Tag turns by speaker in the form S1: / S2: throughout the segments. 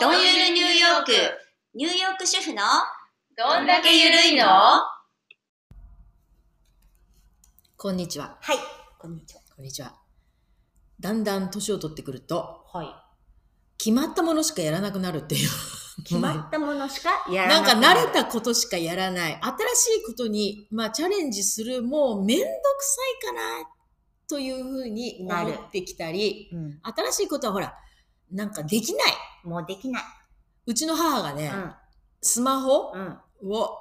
S1: どんゆるニューヨーク、ニューヨーク主婦の
S2: どんだけゆるいのこんにちは。
S1: はい、こんにちは。
S2: こんにちは。だんだん年を取ってくると、
S1: は
S2: 決まったものしかやらなくなるっていう。
S1: い。決まったものしかや
S2: な
S1: ら
S2: ん
S1: な
S2: か
S1: く
S2: 慣れたことしかやらない。新しいことに、まあチャレンジする、もうめんどくさいかな、というふうに
S1: な
S2: 思
S1: る
S2: ってきたり、
S1: うん、
S2: 新しいことはほら、なんかできない。
S1: もうできない。
S2: うちの母がね、
S1: うん、
S2: スマホ
S1: うん。で
S2: を、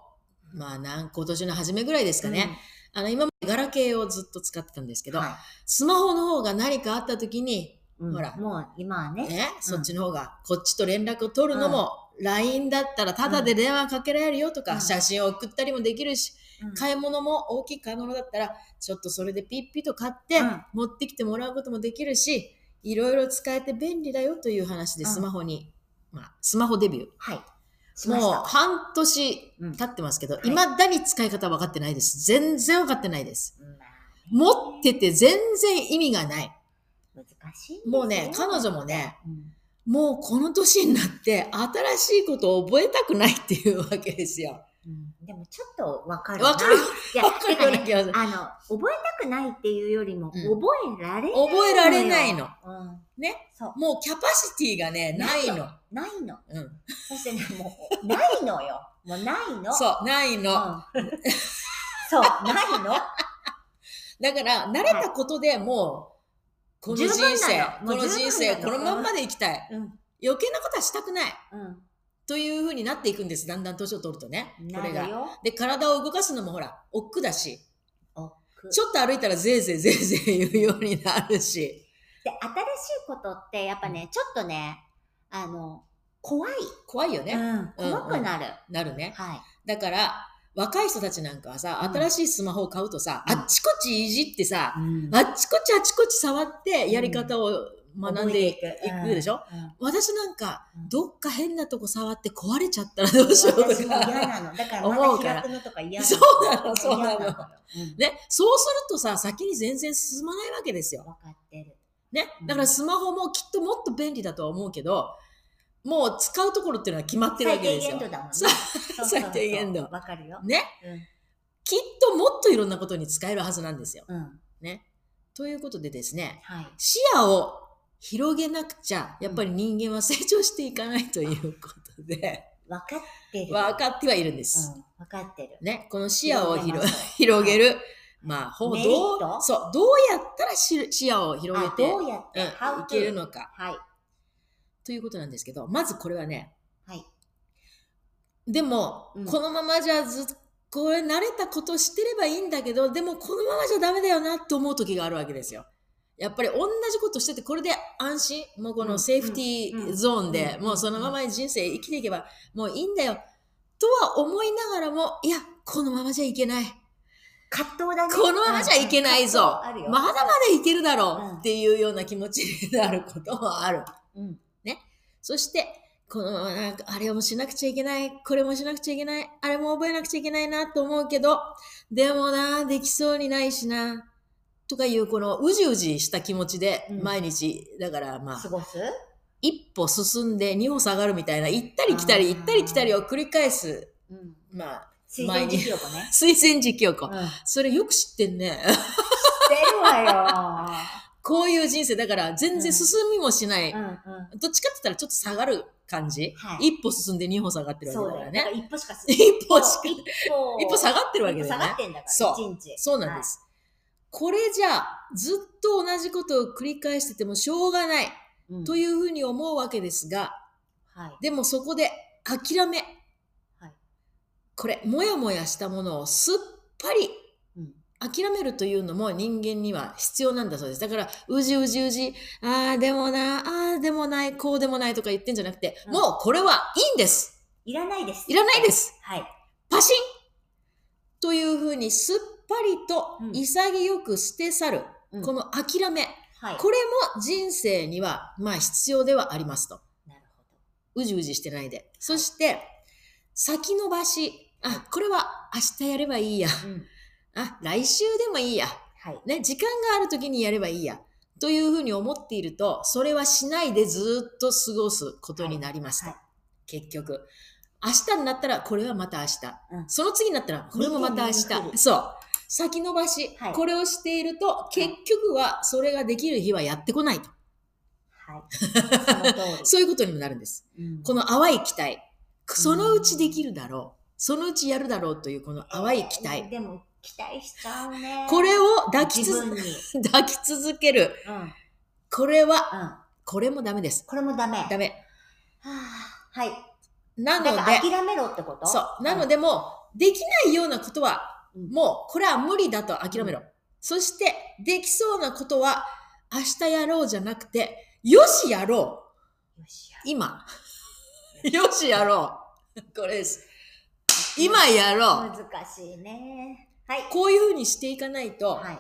S2: まあなん今年の初めぐらいですかね。。あの、今までガラケーをずっと使ってたんですけど、
S1: は
S2: スマホの方が何かあった時に、
S1: い。うん
S2: ほら
S1: もう今はね。
S2: ね、そっちの方が、こっちと連絡を取るのも、LINE だったらタダで電話かけられるよとか、
S1: うん
S2: 写真を送ったりもできるし、
S1: うん
S2: 買い物も大きい買い物だったら、ちょっとそれでピッピと買って
S1: うん、
S2: 持ってきてもらうこともできるし、いろいろ使えて便利だよという話で
S1: うん
S2: スマホに、まあ、スマホデビュー。
S1: はい。しま
S2: も
S1: し
S2: う
S1: た。
S2: 半年
S1: うん
S2: 経ってますけど、
S1: い
S2: 未だに使い方分かってないです。全然分かってないです。
S1: うんまあ
S2: 持ってて全然意味がない。
S1: 難しいですよ。
S2: もうね、彼女もね、
S1: うん。
S2: もうこの年になって新しいことを覚えたくないっていうわけですよ。
S1: うん、でもちょっとわかるな。
S2: わかる
S1: いや、
S2: わかる
S1: てか
S2: ような
S1: ね、
S2: 気がする。
S1: あの、覚えたくないっていうよりも、
S2: うん
S1: 覚えられない。
S2: 覚えられないの。
S1: うん。
S2: ね。
S1: そう。
S2: もうキャパシティがね、ないの。
S1: ないの。
S2: うん。
S1: そしてね、もう、ないのよ。もうないの。う。
S2: そう、ないの。
S1: うん、そう、ないの。
S2: だから、慣れたことでもう、この人
S1: 十分
S2: 生
S1: な、の
S2: こ
S1: もう
S2: の人
S1: 十
S2: 生、こ
S1: 分な
S2: の
S1: の
S2: まんまで生きたい。
S1: うん。
S2: 余計なことはしたくない。
S1: う
S2: というふうになっていくんです。だんだん年を取るとね
S1: ん。。
S2: こ
S1: な
S2: れ
S1: る
S2: が。
S1: よ。
S2: で、体を動かすのもほら、億劫だし。
S1: おっく
S2: ちょっと歩いたらぜいぜいぜいぜい言うようになるし、
S1: で、新しいことって、やっぱね、ちょっとね、あの、怖い。
S2: 怖いよね。
S1: ん怖くなる。
S2: なるね。
S1: はい。
S2: だから、若い人たちなんかはさ、
S1: うん
S2: 新しいスマホを買うとさ、
S1: うん
S2: あっちこっちいじってさ、
S1: うん
S2: あっちこっちあっちこっち触ってやり方を学んでいくでしょ、、私なんか、
S1: うん
S2: どっか変なとこ触って壊れちゃったらどうしようと
S1: 私も嫌
S2: か。
S1: なの。だから、
S2: 思
S1: ま
S2: うから
S1: た開くのとか嫌なの。
S2: そうなの、そうな
S1: 嫌うん
S2: の。ね、そうするとさ、先に全然進まないわけですよ。
S1: わかってる。
S2: ね
S1: う、ん
S2: だからスマホもきっともっと便利だとは思うけど、もう使うところっていうのは決まってるわ
S1: 最
S2: け
S1: 低
S2: です
S1: 限
S2: よ。
S1: 度だもんね。そ
S2: さ
S1: うそうそう
S2: 最低限度
S1: わかるよ。
S2: ね、きっともっといろんなことに使えるはずなんですよ。
S1: うん。うん。
S2: ね。ということでですね、
S1: はい。
S2: 視野を広げなくちゃ、やっぱり人間は成長していかないということで、
S1: わかってる。
S2: 分かってはいるんです。
S1: うん。わかってる。
S2: ね、この視野を
S1: 広げま
S2: 広
S1: しょう
S2: 広げる、まあ、ほう
S1: メリッ
S2: ど
S1: ト
S2: う、そう、どうやったら視視野を広げ
S1: あ
S2: て、
S1: どうやって、
S2: うん、
S1: how to
S2: いけるのか、
S1: はい。
S2: ということなんですけど、まずこれはね、
S1: はい。
S2: でも、
S1: うん
S2: このままじゃずっとこれ慣れたことしてればいいんだけどでもこのままじゃダメだよなと思う時があるわけですよ。やっぱり同じことしててこれで安心もうこ
S1: う
S2: の
S1: ん
S2: セーフティ
S1: うんう
S2: ー
S1: ん
S2: ゾーンで
S1: うん
S2: もうそのままに人生生きていけばもういいんだよとは思いながらもいやこのままじゃいけない
S1: 葛藤だね。
S2: このままじゃいけないぞ
S1: うんうん葛藤あるよ。
S2: まだまだいけるだろ
S1: う
S2: うんっていうような気持ちになることもある。
S1: うん。
S2: そして、このままなんか、あれもしなくちゃいけない、これもしなくちゃいけない、あれも覚えなくちゃいけないなと思うけど、でもな、できそうにないしな、とかいう、このうじうじした気持ちで、
S1: うん
S2: 毎日、だからま
S1: 過
S2: あ、
S1: ごす
S2: 一歩進んで二歩下がるみたいな、行ったり来たり、
S1: あー
S2: 行ったり来たりを繰り返す、
S1: うん。
S2: まあ、
S1: 水前に広くね。
S2: 推薦時期を
S1: う
S2: こ
S1: ん
S2: う。。それよく知ってんね。
S1: 出るわ
S2: こういう人生、だから全然進みもしない。
S1: よ。うんうん。
S2: どっちかって言ったらちょっと下がる感じ。
S1: はい
S2: 一歩進んで二歩下がってる
S1: そ
S2: わ
S1: う
S2: けだか
S1: だ
S2: ら
S1: よ。だ
S2: ね
S1: か。ら一歩しか進
S2: 一歩しか、
S1: 歩
S2: 一歩下がってるわけだよ
S1: 下が
S2: ね
S1: っ。てんだから、
S2: そう
S1: 一日。
S2: そうなんです。これじゃあ、ずっと同じことを繰り返しててもしょうがな
S1: は
S2: い
S1: い。うん
S2: というふうに思うわけですが、
S1: はい。
S2: でもそこで諦め。
S1: はい
S2: これ、もやもやしたものをすっぱり
S1: うん
S2: 諦めるというのも人間には必要なんだそうです。だから、うじうじうじ、ああ、でもな、ああ、でもない、こうでもないとか言ってんじゃなくて、
S1: うん
S2: もうこれはいいんです
S1: いらないです。
S2: いらないです
S1: はい。
S2: パシンというふうにすっぱりと
S1: うん
S2: 潔く捨て去る、
S1: うん
S2: この諦め、
S1: はい。
S2: これも人生にはまあ必要ではありますと。
S1: なるほど。
S2: うじうじしてないで。そして、先延ばし。あ、これは明日やればいいや。
S1: うん。
S2: あ、来週でもいいや。
S1: はい。
S2: ね、時間がある時にやればいいや。というふうに思っていると、それはしないでずっと過ごすことになりました。
S1: はいは
S2: 結局。明日になったら、これはまた明日。
S1: うん
S2: その次になったら、これもまた明
S1: 見て見て
S2: 日。そう。先延ばし、
S1: はい
S2: これをしていると、結局はそれができる日はやってこないと。
S1: はい。その通り。
S2: そういうことにもなるんです。
S1: うん
S2: この淡い期待。そのうちできるだろう。そのうちやるだろうというこの淡い期
S1: えー
S2: 待。
S1: でも、期待しちゃうね。
S2: これ
S1: を
S2: を抱き
S1: 自
S2: つ
S1: 分に。
S2: づ抱き続ける。
S1: うん。うん。
S2: これは、これもダメです。
S1: これもダメ。
S2: ダメ。
S1: はあはい。
S2: なの
S1: だから
S2: で、
S1: 諦めろってこと
S2: そう。なの
S1: で、
S2: でもう、できないようなことは、
S1: うん
S2: もう、これは無理だと諦めろ。そして、できそうなことは、明日やろうじゃなくて、よしやろう
S1: よし
S2: 今。 よしやろうこれです。今や
S1: や
S2: ろう
S1: 難しいね。はい。
S2: こういうふうにしていかないと、
S1: はい。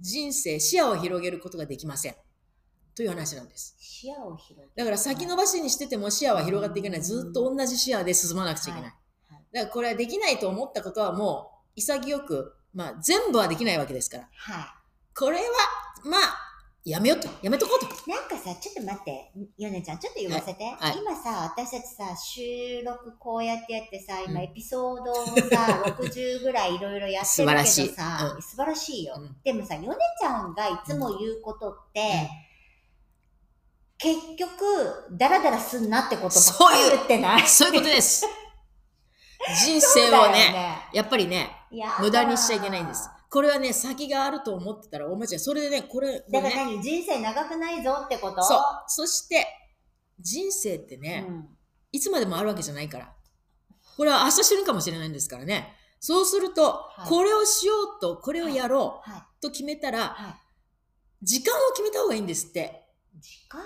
S2: 人生、視野を広げることができません。という話なんです。
S1: 視野を広げ
S2: だから先延ばしにしてても視野は広がっていけない。ずっと同じ視野で進まなくちゃいけない。
S1: はいはい
S2: だからこれはできないと思ったことはもう潔く、まあ全部はできないわけですから。
S1: は
S2: これは、まあ、やめようと。やめとこうと。
S1: い。なんかさ、ちょっと待って、ヨネちゃん、ちょっと言わせて。
S2: はいはい
S1: 今さ、私たちさ、収録こうやってやってさ、今
S2: うん
S1: エピソードをさ、60ぐらいいろいろやってるけど
S2: 素晴ら
S1: さ
S2: しい、う
S1: 素晴らしいよ。
S2: うん
S1: でもさ、ヨネちゃんがいつも言うことって、結局、ダラダラすんなってことばっかり言ってない
S2: そういうことです。人
S1: そう
S2: 生
S1: だ
S2: を
S1: よ
S2: ね、やっぱりね、
S1: いやー
S2: 無駄にしちゃいけないんです。これはね、先があると思ってたら大間違い。それでね、これ、これ
S1: だから
S2: ね、
S1: 何人生長くないぞってこと
S2: そう。そして、人生って
S1: う
S2: ね、
S1: ん
S2: いつまでもあるわけじゃないから。これは明日死ぬかもしれないんですからね。そうすると、
S1: い
S2: これをしようと、これをやろ
S1: はいう
S2: と決めたら、
S1: は
S2: 時間を決めた方がいいんですって。
S1: い時間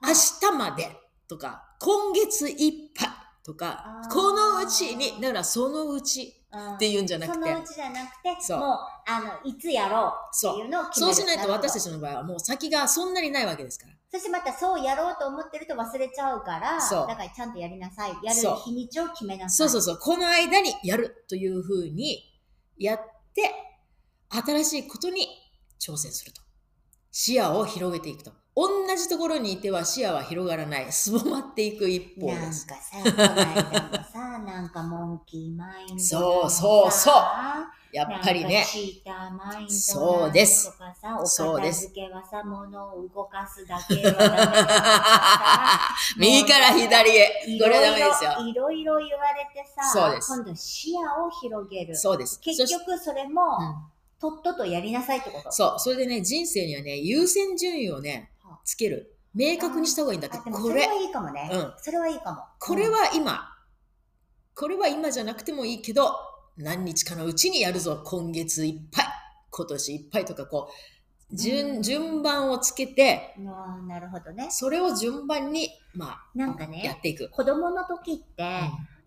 S2: 明日までとか、今月いっぱいとか
S1: あ、ー
S2: このうちに、だからそのうち
S1: っ
S2: っていうんじゃなく
S1: そ
S2: て
S1: のう、ちじゃなくて
S2: そう
S1: もうあのいつやろうっ
S2: そ
S1: て
S2: う。
S1: いうのを決め
S2: そ
S1: る
S2: うしないと私た
S1: ち
S2: ちの場合はもう先がそんなにないわけですから。
S1: そしてまたそうやろうと思ってると忘れちゃうから
S2: そう
S1: だからちゃんとやりなさいやる
S2: そう
S1: 日にちを決めなさい
S2: そうそうそう、この間にやるというふうにやって、新しいことに挑戦すると。視野を広げていくと。同じところにいては視野は広がらない。すぼまっていく一方
S1: なんか
S2: です。
S1: さ、この間もさ、なんかモンキーマインド
S2: そうそうそう
S1: う
S2: やっぱり
S1: なん
S2: ね
S1: か。チーターマインド
S2: そうです
S1: とかさ、お
S2: そう
S1: 片
S2: で
S1: 付
S2: す
S1: けはさ、物を動かすだけはダメだとかさ
S2: 右から左へ。
S1: い
S2: こ
S1: ろ
S2: れ
S1: い
S2: は
S1: ろ
S2: ダメですよ。
S1: いろいろ言われて
S2: そう
S1: さ
S2: で、す
S1: 今度視野を広げる。
S2: そうです。
S1: 結
S2: そし
S1: 局それ
S2: う
S1: も、
S2: ん
S1: とっととやりなさいってこと。
S2: そう。それでね、人生にはね、優先順位をね
S1: はあ、
S2: つける。明確にした方がいいんだって。
S1: あ、でも
S2: こ
S1: それ
S2: れ
S1: は、いいかもね
S2: うん。
S1: それはいいかも。
S2: これは今。これは今じゃなくてもいいけど、何日かのうちにやるぞ。今月いっぱい。今年いっぱいとか、こう、
S1: うん
S2: 順、順番をつけて、
S1: うん。あーなるほどね。
S2: それを順番に、ま
S1: なんか
S2: あ、や
S1: ね、
S2: っていく。
S1: 子供の時って、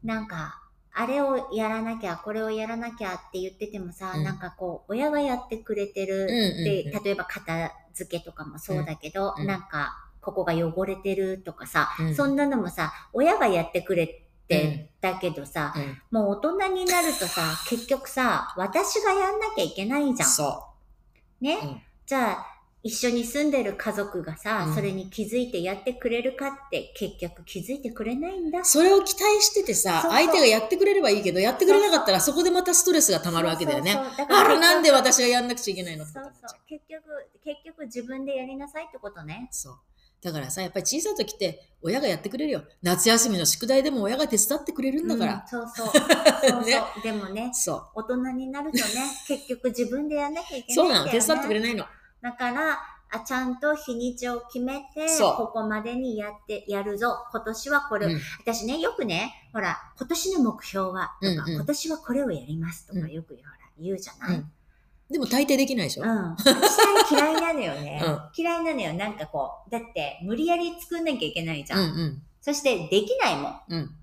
S2: うん
S1: なんか、あれをやらなきゃ、これをやらなきゃって言っててもさ、
S2: うん
S1: なんかこう、親がやってくれてる
S2: うんうんうん
S1: で、例えば片付けとかもそうだけど、
S2: うんうん
S1: なんか、ここが汚れてるとかさ、
S2: うん
S1: そんなのもさ、親がやってくれ
S2: うん
S1: てたけどさ、
S2: うん
S1: もう大人になると さ、結局さ、私がやんなきゃいけないじゃん。
S2: そ
S1: ね、
S2: うん
S1: じゃあ、一緒に住んでる家族がさ、
S2: うん
S1: それに気づいてやってくれるかって、結局気づいてくれないんだ
S2: う。。それを期待しててさ、
S1: そうそう
S2: 相手がやってくれればいいけど、やってくれなかったら、そこでまたストレスが溜まるわけだよね
S1: そ。うそうそう
S2: あら、なんで私がやんなくちゃいけないのって
S1: そ
S2: こ
S1: う
S2: とになっちゃう
S1: そう。結局、結局自分でやりなさいってことね。
S2: そう。だからさ、やっぱり小さい時って親がやってくれるよ。夏休みの宿題でも親が手伝ってくれるんだか
S1: う
S2: ら。
S1: ん そうそう。そうそう、
S2: ね
S1: でもね、
S2: そ
S1: 大人になるとね、結局自分でやんなきゃいけな
S2: う。
S1: い
S2: そうなの。手
S1: んだ
S2: 伝
S1: よ
S2: ってくれないの。
S1: だから、あちゃんと日にちを決めて、
S2: そう
S1: ここまでにやって、やるぞ。今年はこれを、
S2: うん
S1: 私ね、よくね、ほら、今年の目標は、とか、
S2: うんうん
S1: 今年はこれをやりますとか、
S2: うん
S1: よくほら、言うじゃない、
S2: うんでも大抵できないでしょ。。
S1: うん。私嫌いなのよね
S2: うん
S1: 嫌いなのよ。なんかこう。だって、無理やり作んなきゃいけないじゃ。
S2: うんん
S1: そして、できないもん。
S2: うん。うん。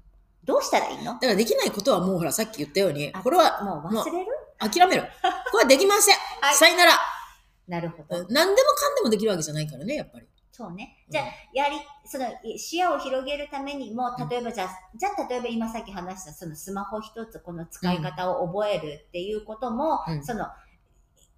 S1: どうしたらいいの
S2: だからできないことはもうほら、さっき言ったように
S1: あ、
S2: これは
S1: もう忘れる
S2: 諦 める。これはできません。
S1: はい
S2: さよなら。
S1: なるほど。
S2: うん何でもかんでもできるわけじゃないからね、やっぱり。
S1: そうね。じゃあ、やり、その、い視野を広げるためにも、例えばじゃあ、じゃあ、例えば今さっき話した、そのスマホ一つこの使い方を覚えるっていうことも、
S3: うん
S1: その、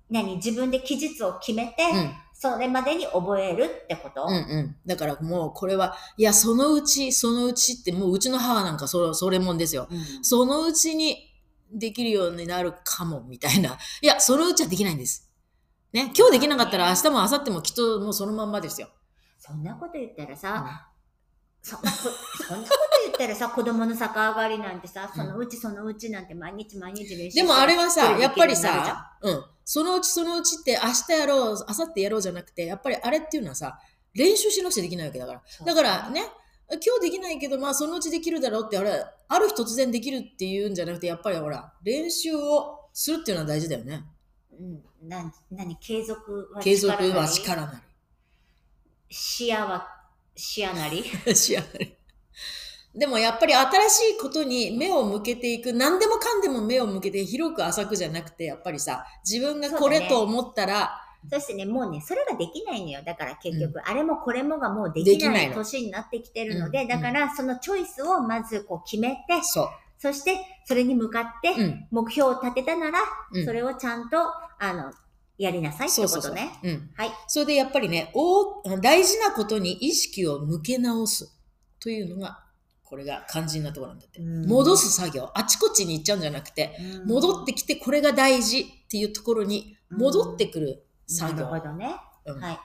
S1: 何、自分で期日を決めて、
S3: うん
S1: それまでに覚えるってこと、
S3: うんうん。
S2: だからもうこれは、いや、そのうち、そのうちって、もううちの母なんかそそれもんですよ。
S1: うん
S2: そのうちにできるようになるかも、みたいな。 いや、そのうちはできないんです。ね、今日できなかったら明日も明後日もきっともうそのまんまですよ。
S1: そんなこと言ったら
S2: う
S1: さ、
S2: ん
S1: そんなこそんなこと言ったらさ、 子供の逆上がりなんてさ、そのうちそのうちなんて毎日毎日練習して
S2: でもあれは
S1: 一
S2: さ、
S1: 人で
S2: やっぱり
S1: 行けるようになるじゃん
S2: さ、うん。そのうちそのうちって明日やろう、明後日やろうじゃなくて、やっぱりあれっていうのはさ、練習しなくちゃできないわけだから。だからね、今日できないけど、まあそのうちできるだろうって、あれ、ある日突然できるっていうんじゃなくて、やっぱりほら、練習をするっていうのは大事だよね。
S1: うん、なん何継続は力なり
S2: 継続は力な
S1: 視野は視野な り
S2: り。しやがりでもやっぱり新しいことに目を向けていく、何でもかんでも目を向けて広く浅くじゃなくて、やっぱりさ、自分がこれと思ったら、
S1: そしてねもうねそれができないのよだから結局、あれもこれもがもうでき
S2: でき
S1: な
S2: ない
S1: い
S2: の
S1: 年になってきてるの
S2: うん
S1: で、
S2: うん
S1: だからそのチョイスをまずこう決めて
S2: そう。
S1: そしてそれに向かって
S2: うん。
S1: 目標を立てたなら、
S2: うん
S1: それをちゃんとあのやりなさいって
S2: そう
S1: こ
S2: そうそ
S1: と
S2: う。
S1: ね。
S2: うん。
S1: はい。
S2: それでやっぱりね、大大事なことに意識を向け直すというのが、これが肝心なところなんだって。
S1: うん
S2: 戻す作業、あちこちに行っちゃうんじゃなくて、戻ってきてこれが大事っていうところに戻ってくる作業。
S1: なるほどね。
S2: うん
S1: はい。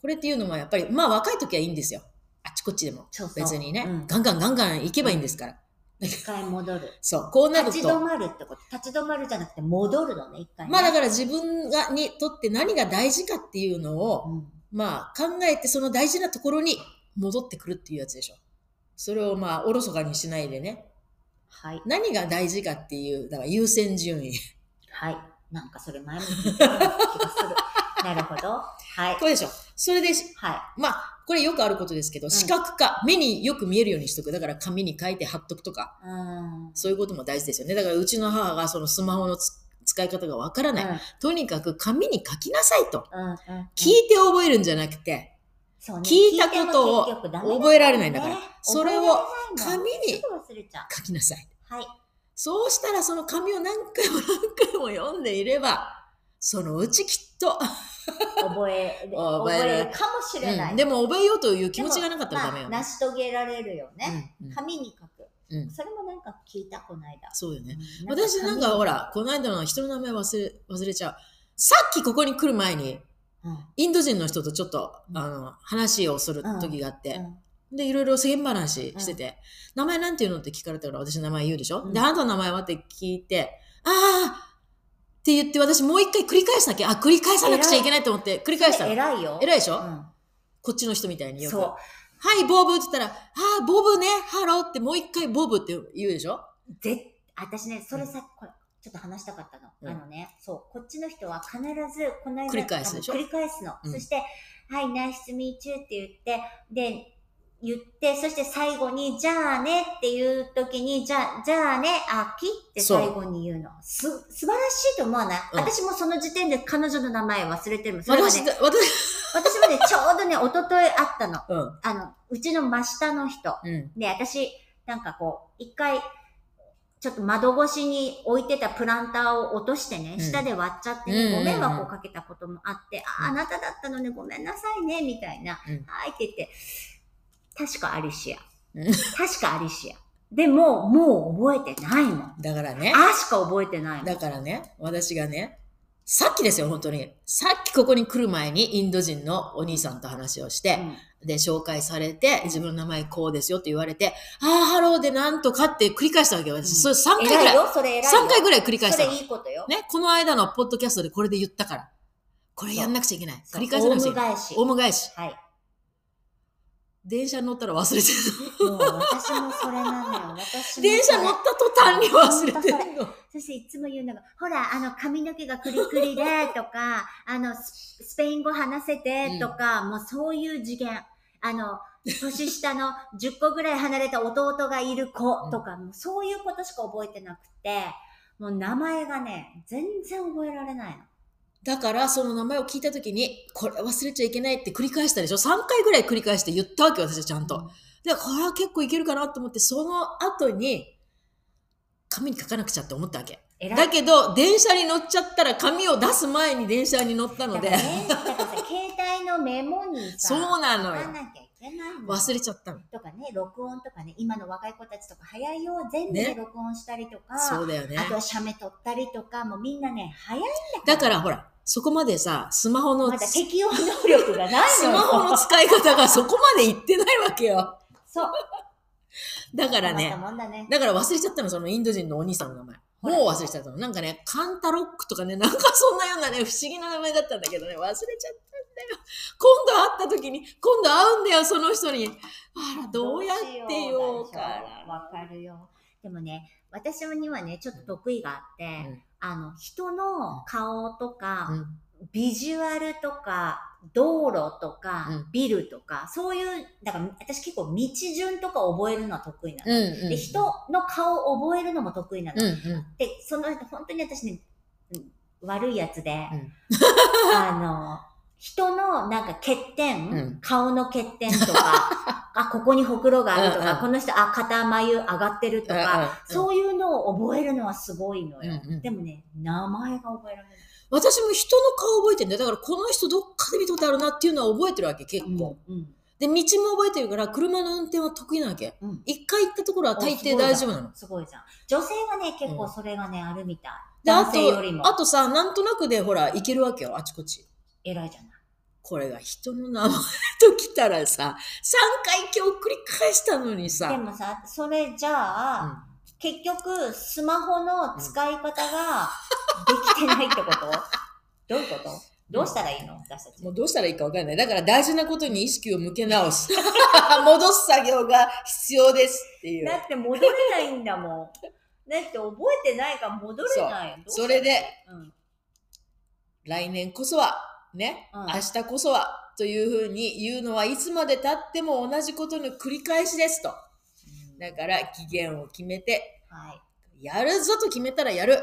S2: これっていうのはやっぱり、まあ若い時はいいんですよ。あちこちでも。
S1: そうそう
S2: 別にね、
S1: うん
S2: ガンガンガンガン行けばいいんですから。
S1: 一回戻る。
S2: そう、こうなる
S1: 立ち止
S2: と。
S1: まるってこと。立ち止まるじゃなくて戻るのね、一回、ね。
S2: まあだから自分がにとって何が大事かっていうのを、
S1: うん
S2: まあ考えてその大事なところに戻ってくるっていうやつでしょ。それをまあおろそかにしないでね。
S1: はい。
S2: 何が大事かっていう、だから優先順位。
S1: はい。なんかそれ前も聞いたような気がする。なるほど。はい。
S2: これでしょ。それで、
S1: は
S2: まあこれよくあることですけど、
S1: ん
S2: 視覚化、目によく見えるようにしとく。だから紙に書いて貼っとくとか、
S1: い。うん。
S2: そういうことも大事ですよね。だからうちの母がそのスマホのつ使い方がわからない。とにかく紙に書きなさいと。
S1: うん。うん。うん。
S2: 聞いて覚えるんじゃなくて、
S1: そうね
S2: 聞いたこと
S1: 聞い
S2: を
S1: ても結局ダメだ
S2: 覚えられないんだから
S1: ね
S2: それを
S1: 覚えられないんだ
S2: 紙に
S1: すぐ忘れちゃ
S2: 書きなさい。
S1: う。はい。
S2: そうしたらその紙を何回も何回も読んでいれば、そのうちきっと、
S1: 覚える、
S2: 覚
S1: 覚
S2: える
S1: えるかもしれない。
S2: うんでも覚えようという気持ちがなかったらダメよ
S1: まあ成
S2: ね。
S1: し遂げられるよね。
S2: うんうん
S1: 紙に書く。
S2: うん
S1: それもなんか聞いた、この間。
S2: そうよね。
S1: う
S2: 私なんかほ、ら、この間の人の名前忘れ、忘れちゃう。さっきここに来る前に、
S1: 紙に
S2: インド人の人とちょっと、
S1: うん
S2: あの、話をする時があって、
S1: うんうん
S2: で、いろいろ世間話してて、名前なんていうのって聞かれたから私の名前言うでしょ、
S1: うん
S2: で、あなたの名前はって聞いて、ああって言って私もう一回繰り返したっけあ、繰り返さなくちゃいけないと思って繰り返したの。偉い
S1: 偉いよ。
S2: でしょ、
S1: う
S2: こっちの人みたいに
S1: ん。
S2: よく。
S1: そ
S2: はい、ボブって言ったら、ああ、ボブね、ハローってもう一回ボブって言うでしょ
S1: う。ぜ私ね、それさっき、これ、ちょっと話したかったの。
S2: うん
S1: あのね、そう、こっちの人は必ず、この間、
S2: 繰り返すでしょ
S1: あの繰り返すの。
S2: うん
S1: そして、はい、ナイスミーチューって言って、で、言って、そして最後に、じゃあねっていう時に、じゃあ、じゃあね、あきって
S2: そう
S1: 最後に言うの。す、素晴らしいと思わない、
S2: うん
S1: 私もその時点で彼女の名前忘れてるの。それは
S2: 私、
S1: ね、
S2: 私、
S1: 私もね、ちょうどね、一昨日あったの。
S2: うん。
S1: あの、うちの真下の人。
S2: うん。
S1: で、私、なんかこう、一回、ちょっと窓越しに置いてたプランターを落としてね
S2: う、ん
S1: 下で割っちゃって
S2: うんうん
S1: ね、
S2: うん
S1: ご迷惑をかけたこともあって、
S2: うん
S1: あ、あなただったのね、ごめんなさいね、みたいな、
S2: うん
S1: はいって言って、確かアリシア
S2: うん。
S1: 確かアリシア。でも、もう覚えてないもん。あ
S2: だからね。
S1: しか覚えてないもん。
S2: だからね、私がね、さっきですよ、本当に。さっきここに来る前にインド人のお兄さんと話をして、
S1: うん
S2: で、紹介されて、自分の名前こうですよって言われて、あー、ハローでなんとかって繰り返したわけよ。私、
S1: うん
S2: それ3回ぐ
S1: 偉
S2: ら
S1: い
S2: い。
S1: よ、それ偉いよ。
S2: 3回ぐらい繰り返した
S1: そ
S2: の。
S1: れいいことよ。
S2: ね、この間のポッドキャストでこれで言ったから。これやんなくちゃいけない。繰り返
S1: そ
S2: さ
S1: うオ
S2: な
S1: ウ
S2: くちゃい
S1: ム
S2: けない。
S1: 返し。
S2: オウム返し。
S1: はい。
S2: 電車に乗ったら忘れて
S1: もう私もそれなのよ。私も。
S2: る。電車乗った途端に忘れてるの。
S1: そしていつも言うのが、ほら、あの、髪の毛がクリクリで、とか、 あの、ススペイン語話せて、とか、もうそういう次元。あの、年下の10個ぐらい離れた弟がいる子とか、もうそういうことしか覚えてなくて、もう名前がね、全然覚えられないの。
S2: だから、その名前を聞いたときに、これ忘れちゃいけないって繰り返したでしょ ?3 回ぐらい繰り返して言ったわけよ、私はちゃんと。で、これは結構いけるかなと思って、その後に、紙に書かなくちゃって思ったわけ。
S1: えら
S2: だ
S1: い。
S2: けど、電車に乗っちゃったら紙を出す前に電車に乗ったの
S1: だか
S2: で
S1: ら、ね、だからさ、携帯のメモにさ、
S2: そうなの
S1: 書か
S2: よ。
S1: なきゃいけないの。
S2: 忘れちゃったの。
S1: とかね、録音とかね、今の若い子たちとか早いよ、全部で
S2: ね
S1: 録音したりとか、
S2: そうだよね
S1: あ。とは写メ撮ったりとか、もうみんなね、早いんだ
S2: だ
S1: か。
S2: かららほら、そこまでさ、スマホの、
S1: まだ
S2: ス
S1: 適応能力がないのよ。
S2: マホの使い方がそこまでいってないわけよ。
S1: そう。
S2: だから
S1: 困った
S2: ね、
S1: もんだね。
S2: だから忘れちゃったの、そのインド人のお兄さんの名前。
S1: ほら
S2: もう忘れちゃったの。なんかね、カンタロックとかね、なんかそんなようなね、不思議な名前だったんだけどね、忘れちゃったんだよ。今度会った時に、今度会うんだよ、その人に。あら、どうやって
S1: し
S2: よ
S1: う
S2: うか
S1: わ
S2: ら。
S1: かるよ。でもね、私にはね、ちょっと得意があって、
S2: ん
S1: あの、人の顔とか、
S2: うん
S1: ビジュアルとか、道路とか、
S2: うん
S1: ビルとか、そういう、だから私結構道順とか覚えるのは得意なの。
S2: うんうん。
S1: で、人の顔を覚えるのも得意なの。
S2: うんうん。
S1: で、その、本当に私ね、うん悪いやつで、
S2: うん
S1: あの、人のなんか欠点、
S2: うん
S1: 顔の欠点と か、あ、ここにほくろがあるとか、
S2: うんうん
S1: この人、あ、肩眉上がってるとか、
S2: うんうん
S1: そういうのを覚えるのはすごいのよ。
S2: うんうん
S1: でもね、名前が覚えられない。
S2: 私も人の顔覚えてんだよ。だからこの人どっかで見たことあるなっていうのは覚えてるわけ、結構。
S1: うんうん
S2: で、道も覚えてるから、車の運転は得意なわけ。
S1: うん
S2: 一回行ったところは大抵大丈夫なの。
S1: すごいじゃん。女性はね、結構それがね、あるみたい。
S2: で、あ
S1: 男性よりも
S2: と、あとさ、なんとなくでほら、行けるわけよ、あちこち。
S1: 偉いじゃない。
S2: これが人の名前ときたらさ、3回今日繰り返したのに
S1: で
S2: さ、
S1: もさ、それじゃあ、結局、スマホの使 い方ができてないってこと、どういうことどうしたらいいの私た
S2: う
S1: ち
S2: ん。もうどうしたらいいかわかんない。だから大事なことに意識を向け直す。 戻す作業が必要ですっていう。
S1: だって戻れないんだもん。だって覚えてないから戻れないどうした
S2: そ
S1: らい
S2: れ
S1: い
S2: で、
S1: うん
S2: 来年こそは、ね、
S1: うん
S2: 明日こそは、というふうに言うのはいつまで経っても同じことの繰り返しですと。だから、期限を決めて、
S1: はい。
S2: やるぞと決めたらやる。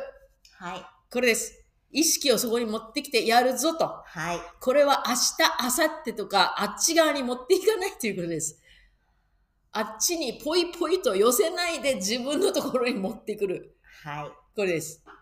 S1: はい。
S2: これです。意識をそこに持ってきてやるぞと。
S1: はい。
S2: これは明日、明後日とか、あっち側に持っていかないということです。あっちにポイポイと寄せないで自分のところに持ってくる。
S1: はい。
S2: これです。
S1: は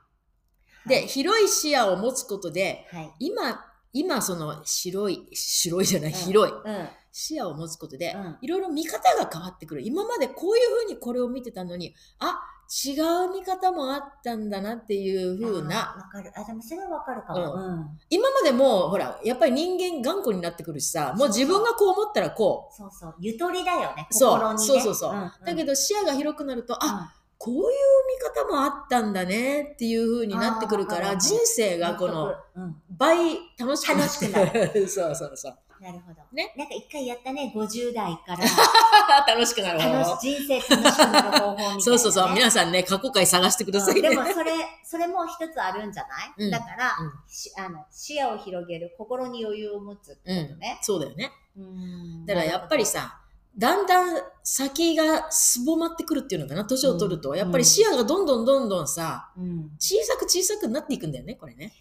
S2: で、
S1: い、
S2: 広い視野を持つことで、
S1: はい。
S2: 今、今その白い、白いじゃない、
S1: うん
S2: 広い
S1: うん。
S2: 視野を持つことで、
S1: うん
S2: いろいろ見方が変わってくる。今までこういうふうにこれを見てたのに、あ、違う見方もあったんだなっていうふう
S1: あ
S2: な、
S1: ー。わかる。あ、でもそれはわかるかも。
S2: う
S1: うん。
S2: 今までもうほら、やっぱり人間頑固になってくるしさ、もう自分がこう思ったらこう。
S1: そうそう。ゆとりだよね。
S2: そう
S1: 心にね。
S2: そうそうそうだけ
S1: ど、
S2: ど視野が広くなると、あ、
S1: あ、
S2: こういう見方もあったんだねっていうふうになってくるか
S1: あーわ
S2: ら、
S1: かる
S2: 人生がこの
S1: 納得、うん。
S2: 倍楽しくなって
S1: 楽し
S2: る。 そうそうそう。
S1: なるほど。
S2: ね。
S1: なんか一回やったね、50代から、
S2: 楽しくなる方法
S1: 楽し、人生楽しくなる方法みたいな、ね。
S2: そうそうそう。
S1: な
S2: 皆さんね、過去回探してくださいね。
S1: でもそれ、それも一つあるんじゃない、
S2: うん
S1: だから、
S2: うん
S1: しあの、視野を広げる、心に余裕を持つってことね。
S2: そうだよね。
S1: うん
S2: だからやっぱり、さ、だんだん先がすぼまってくるっていうのかな、年を取ると。
S1: うん
S2: やっぱり視野がどんどんどんどんさ、
S1: うん、
S2: 小さく小さくなっていくんだよね、これね。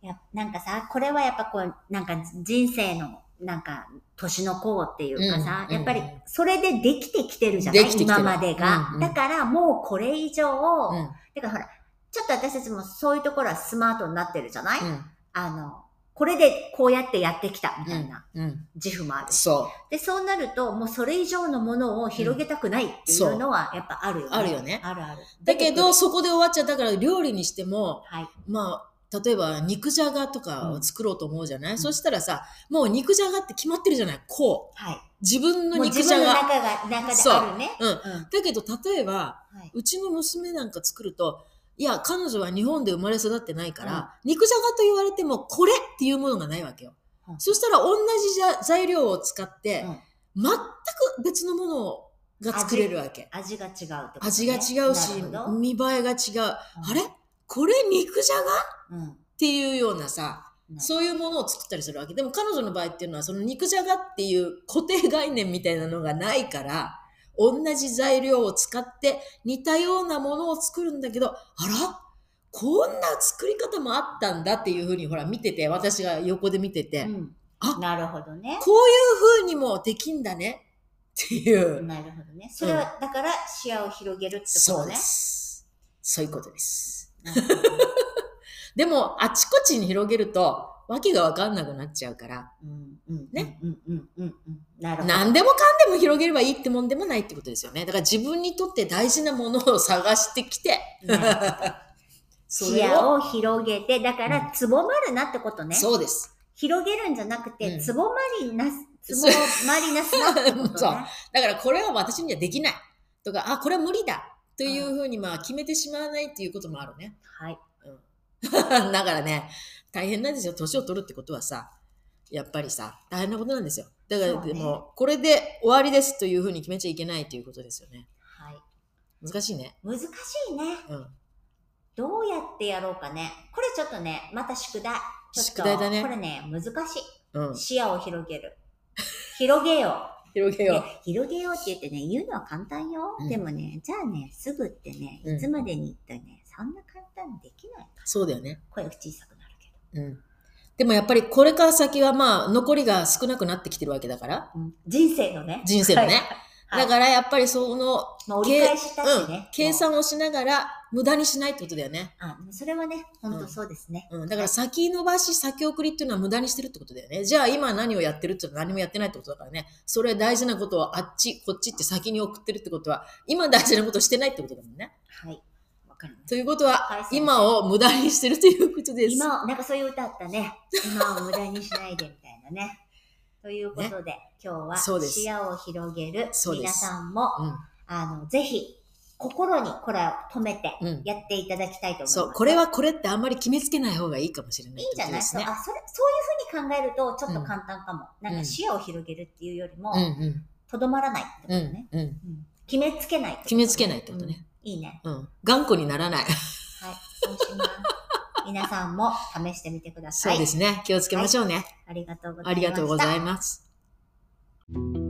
S1: やなんかさ、これはやっぱこう、なんか人生の、なんか、年の功っていうかさ、
S2: うん
S1: やっぱり、それでできてきてるじゃない
S2: できてきてる
S1: 今までが、
S2: うんうん
S1: だからもうこれ以上、
S2: うん。うん。
S1: だからほら、ちょっと私たちもそういうところはスマートになってるじゃない、あの、これでこうやってやってきたみたいな
S2: うん。
S1: 自負もある。
S2: そ
S1: で、そうなると、もうそれ以上のものを広げたくないっていうのはやっぱあるよね。
S2: そうあるよね
S1: あるある。
S2: う。だけ
S1: 出てくる
S2: ど、、そこで終わっちゃう。だから料理にしても、
S1: はい。
S2: まあ、例えば肉じゃがとかを作ろうと思うじゃない、そしたらさ、もう肉じゃがって決まってるじゃないこう。
S1: はい。
S2: 自分の
S1: もう
S2: 肉
S1: 自
S2: じゃ
S1: 分の
S2: が。
S1: 中が、中であるね。
S2: うん。
S1: うん。
S2: だけど、例えば、
S1: はいう
S2: ちの娘なんか作ると、いや、彼女は日本で生まれ育ってないから、肉じゃがと言われても、これっていうものがないわけよ。
S1: うん
S2: そしたら、同じじゃ材料を使って、
S1: うん
S2: 全く別のものが作れるわけ。
S1: 味が違うってこと、ね、
S2: 味が違うし、
S1: なるほど
S2: 見栄えが違う。あれこれ肉じゃがっ
S1: うん。
S2: ていうようなさ、
S1: うん
S2: そういうものを作ったりするわけ。でも彼女の場合っていうのは、その肉じゃがっていう固定概念みたいなのがないから、同じ材料を使って似たようなものを作るんだけど、あらこんな作り方もあったんだっていうふうに、ほら、見てて、私が横で見てて、
S1: うん
S2: あ
S1: なるほどね。
S2: こういうふうにもできんだねっていう。
S1: なるほどね。それは、だから視野を広げるってこ
S2: そ
S1: と
S2: うで
S1: ね。
S2: す。そういうことです。
S1: なるほどね
S2: でも、あちこちに広げると、わけがわかんなくなっちゃうから、
S1: うんうん
S2: ね。
S1: うんうんうんうん。なるほど。
S2: 何でもかんでも広げればいいってもんでもないってことですよね。だから自分にとって大事なものを探してきて、
S1: ね
S2: そ
S1: 視
S2: れ
S1: 野
S2: を、
S1: を広げて、だから、つぼまるなってことね。
S2: そうです。
S1: 広げるんじゃなく
S2: う
S1: て、
S2: ん
S1: つぼまり なす、つぼまりなすなってこ
S2: そ
S1: と
S2: う
S1: ね。
S2: だからこれは私にはできない。とか、あ、これは無理だ。というふうに、まあ、決めてしまわないっていうこともあるね。
S1: はい。
S2: だからね、大変なんですよ。年を取るってことはさ、やっぱりさ、大変なことなんですよ。だから、
S1: そうね
S2: でも、これで終わりですというふうに決めちゃいけないということですよね。
S1: はい。
S2: 難しいね。
S1: 難しいね。
S2: うん。
S1: どうやってやろうかね。これちょっとね、また宿題。ちょっと
S2: 宿題だね
S1: これね、難し
S2: うん
S1: い。。視野を広げる。広げよう。
S2: 広げ よ
S1: ね広げようって言ってね、言うのは簡単よ。
S2: うん
S1: でもね、じゃあね、すぐってね、
S2: うん
S1: いつまでにってね、そんな簡単にできない。
S2: う。そうだよね。
S1: 声が小さくなるけど。
S2: うん。でもやっぱりこれから先はまあ、残りが少なくなってきてるわけだから。
S1: 人生のね。
S2: 人生のね。
S1: はい
S2: だからやっぱりその、
S1: まあ、折り返したし
S2: うん
S1: ね。。
S2: 計
S1: も
S2: 算をしながら無駄にしないってことだよね。
S1: う。あ、でもそれはね、本当そうですね。
S2: うん。だから先延ばし、先送りっていうのは無駄にしてるってことだよね。じゃあ今何をやってるって言ったら何もやってないってことだからね。それ大事なことをあっち、こっちって先に送ってるってことは、今大事なことしてないってことだもんね。
S1: はい。わかるね。
S2: ということは、
S1: はい
S2: 今を無駄にしてるということです。
S1: 今を、なんかそういう歌あったね。今を無駄にしないでみたいなね。 ということで、今日
S2: そう
S1: は
S2: です
S1: 視野を広げる
S2: そうで
S1: 皆
S2: す
S1: さんも、あの、ぜひ、心にこれを止めて
S2: うん。うん。
S1: やっていただきたいと思います。
S2: そう、これはこれってあんまり決めつけない方がいいかもしれない
S1: いいんじゃない
S2: ですね
S1: そう。あそれそういうふうに考えるとちょっと簡単かも、なん
S2: う
S1: か
S2: ん
S1: 視野を広げるっていうよりも
S2: うんうん。
S1: とど、まらないってこと
S2: う
S1: ね
S2: ん、うん。
S1: うん決めつけないってこと
S2: 決めつけないってことね、
S1: うんいいね
S2: うん。頑固にならない。
S1: はいそうします皆さんも試してみてくださ
S2: そ
S1: いう
S2: ですね。気をつけましょうね。
S1: ありがとうございま
S2: あ
S1: した
S2: りがとうございます。